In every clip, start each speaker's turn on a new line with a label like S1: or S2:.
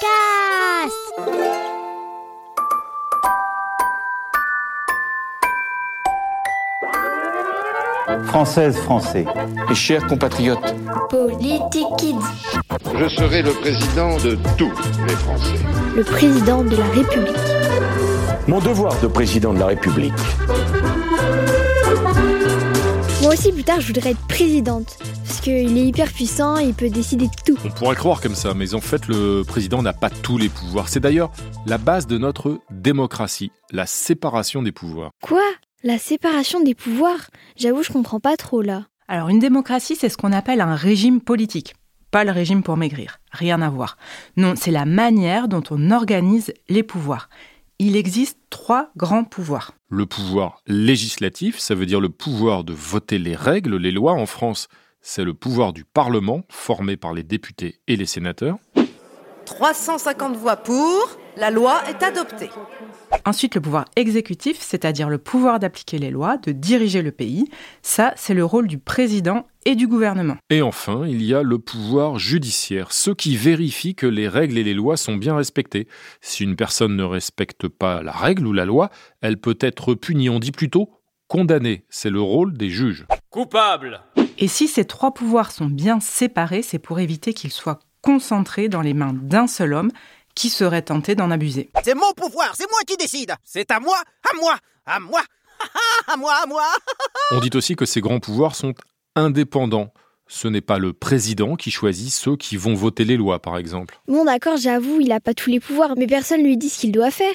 S1: Cast
S2: Française, Français,
S3: Mes chers compatriotes,
S1: Politique Kids,
S4: Je serai le président de tous les Français.
S1: le président de la République.
S5: Mon devoir de président de la République,
S1: Moi aussi, plus tard, je voudrais être présidente. Parce qu'il est hyper puissant, il peut décider de tout.
S6: On pourrait croire comme ça, mais en fait, le président n'a pas tous les pouvoirs. C'est d'ailleurs la base de notre démocratie, la séparation des pouvoirs.
S1: Quoi La séparation des pouvoirs J'avoue, je comprends pas trop là.
S7: Alors une démocratie, c'est ce qu'on appelle un régime politique. Pas le régime pour maigrir, rien à voir. Non, c'est la manière dont on organise les pouvoirs. Il existe trois grands pouvoirs.
S6: Le pouvoir législatif, ça veut dire le pouvoir de voter les règles, les lois. En France, c'est le pouvoir du Parlement, formé par les députés et les sénateurs.
S8: 350 voix pour, la loi est adoptée.
S7: Ensuite, le pouvoir exécutif, c'est-à-dire le pouvoir d'appliquer les lois, de diriger le pays. Ça, c'est le rôle du président et du gouvernement.
S6: Et enfin, il y a le pouvoir judiciaire, ceux qui vérifient que les règles et les lois sont bien respectées. Si une personne ne respecte pas la règle ou la loi, elle peut être punie, on dit plutôt condamnée. C'est le rôle des juges.
S9: Coupable
S7: Et si ces trois pouvoirs sont bien séparés, c'est pour éviter qu'ils soient concentrés dans les mains d'un seul homme qui serait tenté d'en abuser.
S10: C'est mon pouvoir, c'est moi qui décide. C'est à moi, à moi, à moi, à moi, à moi.
S6: On dit aussi que ces grands pouvoirs sont indépendants. Ce n'est pas le président qui choisit ceux qui vont voter les lois, par exemple.
S1: Bon, d'accord, j'avoue, il a pas tous les pouvoirs, mais personne lui dit ce qu'il doit faire.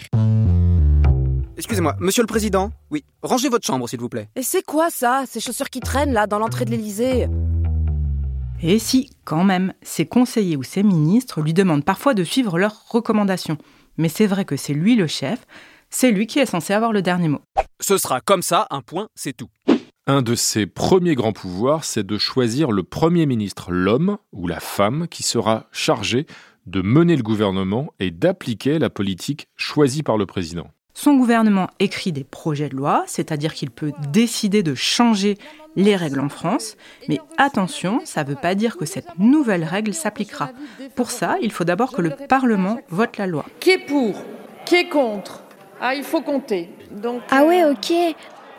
S11: Excusez-moi, monsieur le président Oui, rangez votre chambre, s'il vous plaît.
S8: Et c'est quoi ça, ces chaussures qui traînent là dans l'entrée de l'Elysée
S7: Et si, quand même, ses conseillers ou ses ministres lui demandent parfois de suivre leurs recommandations. Mais c'est vrai que c'est lui le chef, c'est lui qui est censé avoir le dernier mot.
S9: Ce sera comme ça, un point, c'est tout.
S6: Un de ses premiers grands pouvoirs, c'est de choisir le Premier ministre, l'homme ou la femme, qui sera chargé de mener le gouvernement et d'appliquer la politique choisie par le président.
S7: Son gouvernement écrit des projets de loi, c'est-à-dire qu'il peut décider de changer les règles en France, mais attention, ça ne veut pas dire que cette nouvelle règle s'appliquera. Pour ça, il faut d'abord que le Parlement vote la loi.
S12: Qui est pour Qui est contre Ah, il faut compter. Donc,
S1: Ah ouais,
S12: euh,
S1: ok.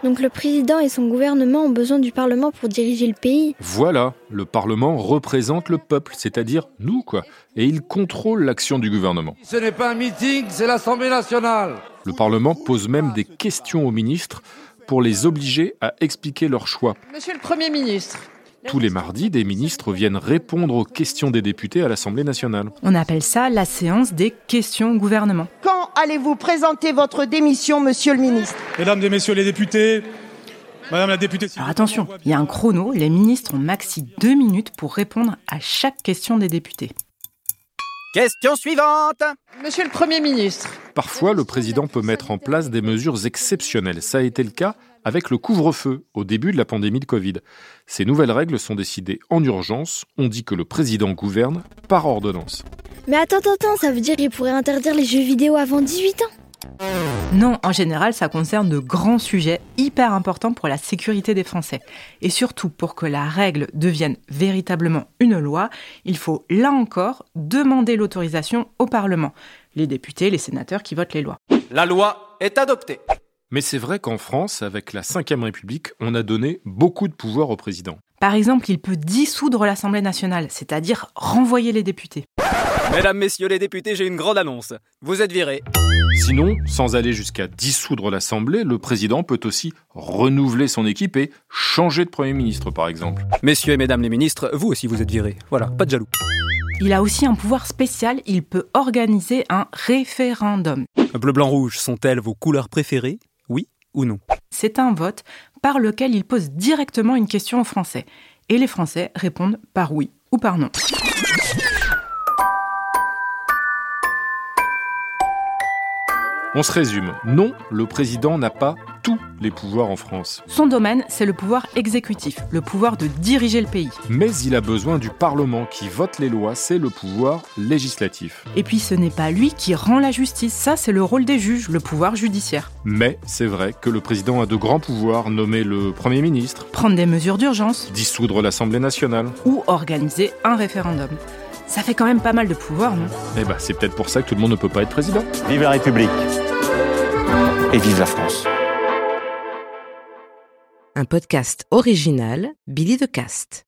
S1: Donc le président et son gouvernement ont besoin du Parlement pour diriger le pays.
S6: Voilà, le Parlement représente le peuple, c'est-à-dire nous, quoi, et il contrôle l'action du gouvernement.
S9: Ce n'est pas un meeting, c'est l'Assemblée nationale.
S6: Le Parlement pose même des questions aux ministres pour les obliger à expliquer leurs choix.
S12: Monsieur le Premier ministre.
S6: Tous les mardis, des ministres viennent répondre aux questions des députés à l'Assemblée nationale.
S7: On appelle ça la séance des questions au gouvernement.
S10: Quand allez-vous présenter votre démission, monsieur le ministre
S9: Mesdames et messieurs les députés, Madame la députée...
S7: Alors attention, il y a un chrono, les ministres ont maxi deux minutes pour répondre à chaque question des députés.
S11: Question suivante
S12: Monsieur le Premier ministre.
S6: Parfois, le président peut mettre en place des mesures exceptionnelles. Ça a été le cas avec le couvre-feu au début de la pandémie de Covid. Ces nouvelles règles sont décidées en urgence. On dit que le président gouverne par ordonnance.
S1: Mais attends, attends, attends, ça veut dire qu'il pourrait interdire les jeux vidéo avant 18 ans
S7: Non, en général, ça concerne de grands sujets hyper importants pour la sécurité des Français. Et surtout, pour que la règle devienne véritablement une loi, il faut, là encore, demander l'autorisation au Parlement, les députés, les sénateurs qui votent les lois.
S9: La loi est adoptée.
S6: Mais c'est vrai qu'en France, avec la Ve République, on a donné beaucoup de pouvoir au président.
S7: Par exemple, il peut dissoudre l'Assemblée nationale, c'est-à-dire renvoyer les députés.
S9: Mesdames, messieurs les députés, j'ai une grande annonce. Vous êtes virés.
S6: Sinon, sans aller jusqu'à dissoudre l'Assemblée, le président peut aussi renouveler son équipe et changer de Premier ministre, par exemple.
S9: Messieurs et mesdames les ministres, vous aussi vous êtes virés. Voilà, pas de jaloux.
S7: Il a aussi un pouvoir spécial, il peut organiser un référendum.
S9: Bleu, blanc, rouge sont-elles vos couleurs préférées Oui ou non
S7: C'est un vote par lequel il pose directement une question aux Français. Et les Français répondent par oui ou par non.
S6: On se résume. Non, le président n'a pas tous les pouvoirs en France.
S7: Son domaine, c'est le pouvoir exécutif, le pouvoir de diriger le pays.
S6: Mais il a besoin du Parlement qui vote les lois, c'est le pouvoir législatif.
S7: Et puis ce n'est pas lui qui rend la justice, ça c'est le rôle des juges, le pouvoir judiciaire.
S6: Mais c'est vrai que le président a de grands pouvoirs, nommer le Premier ministre,
S7: Prendre des mesures d'urgence
S6: dissoudre l'Assemblée nationale.
S7: ou organiser un référendum.
S13: Ça fait quand même pas mal de pouvoir, non
S6: Eh ben, c'est peut-être pour ça que tout le monde ne peut pas être président.
S2: Vive la République
S5: Et vive la France.
S7: Un podcast original, Billy de Cast.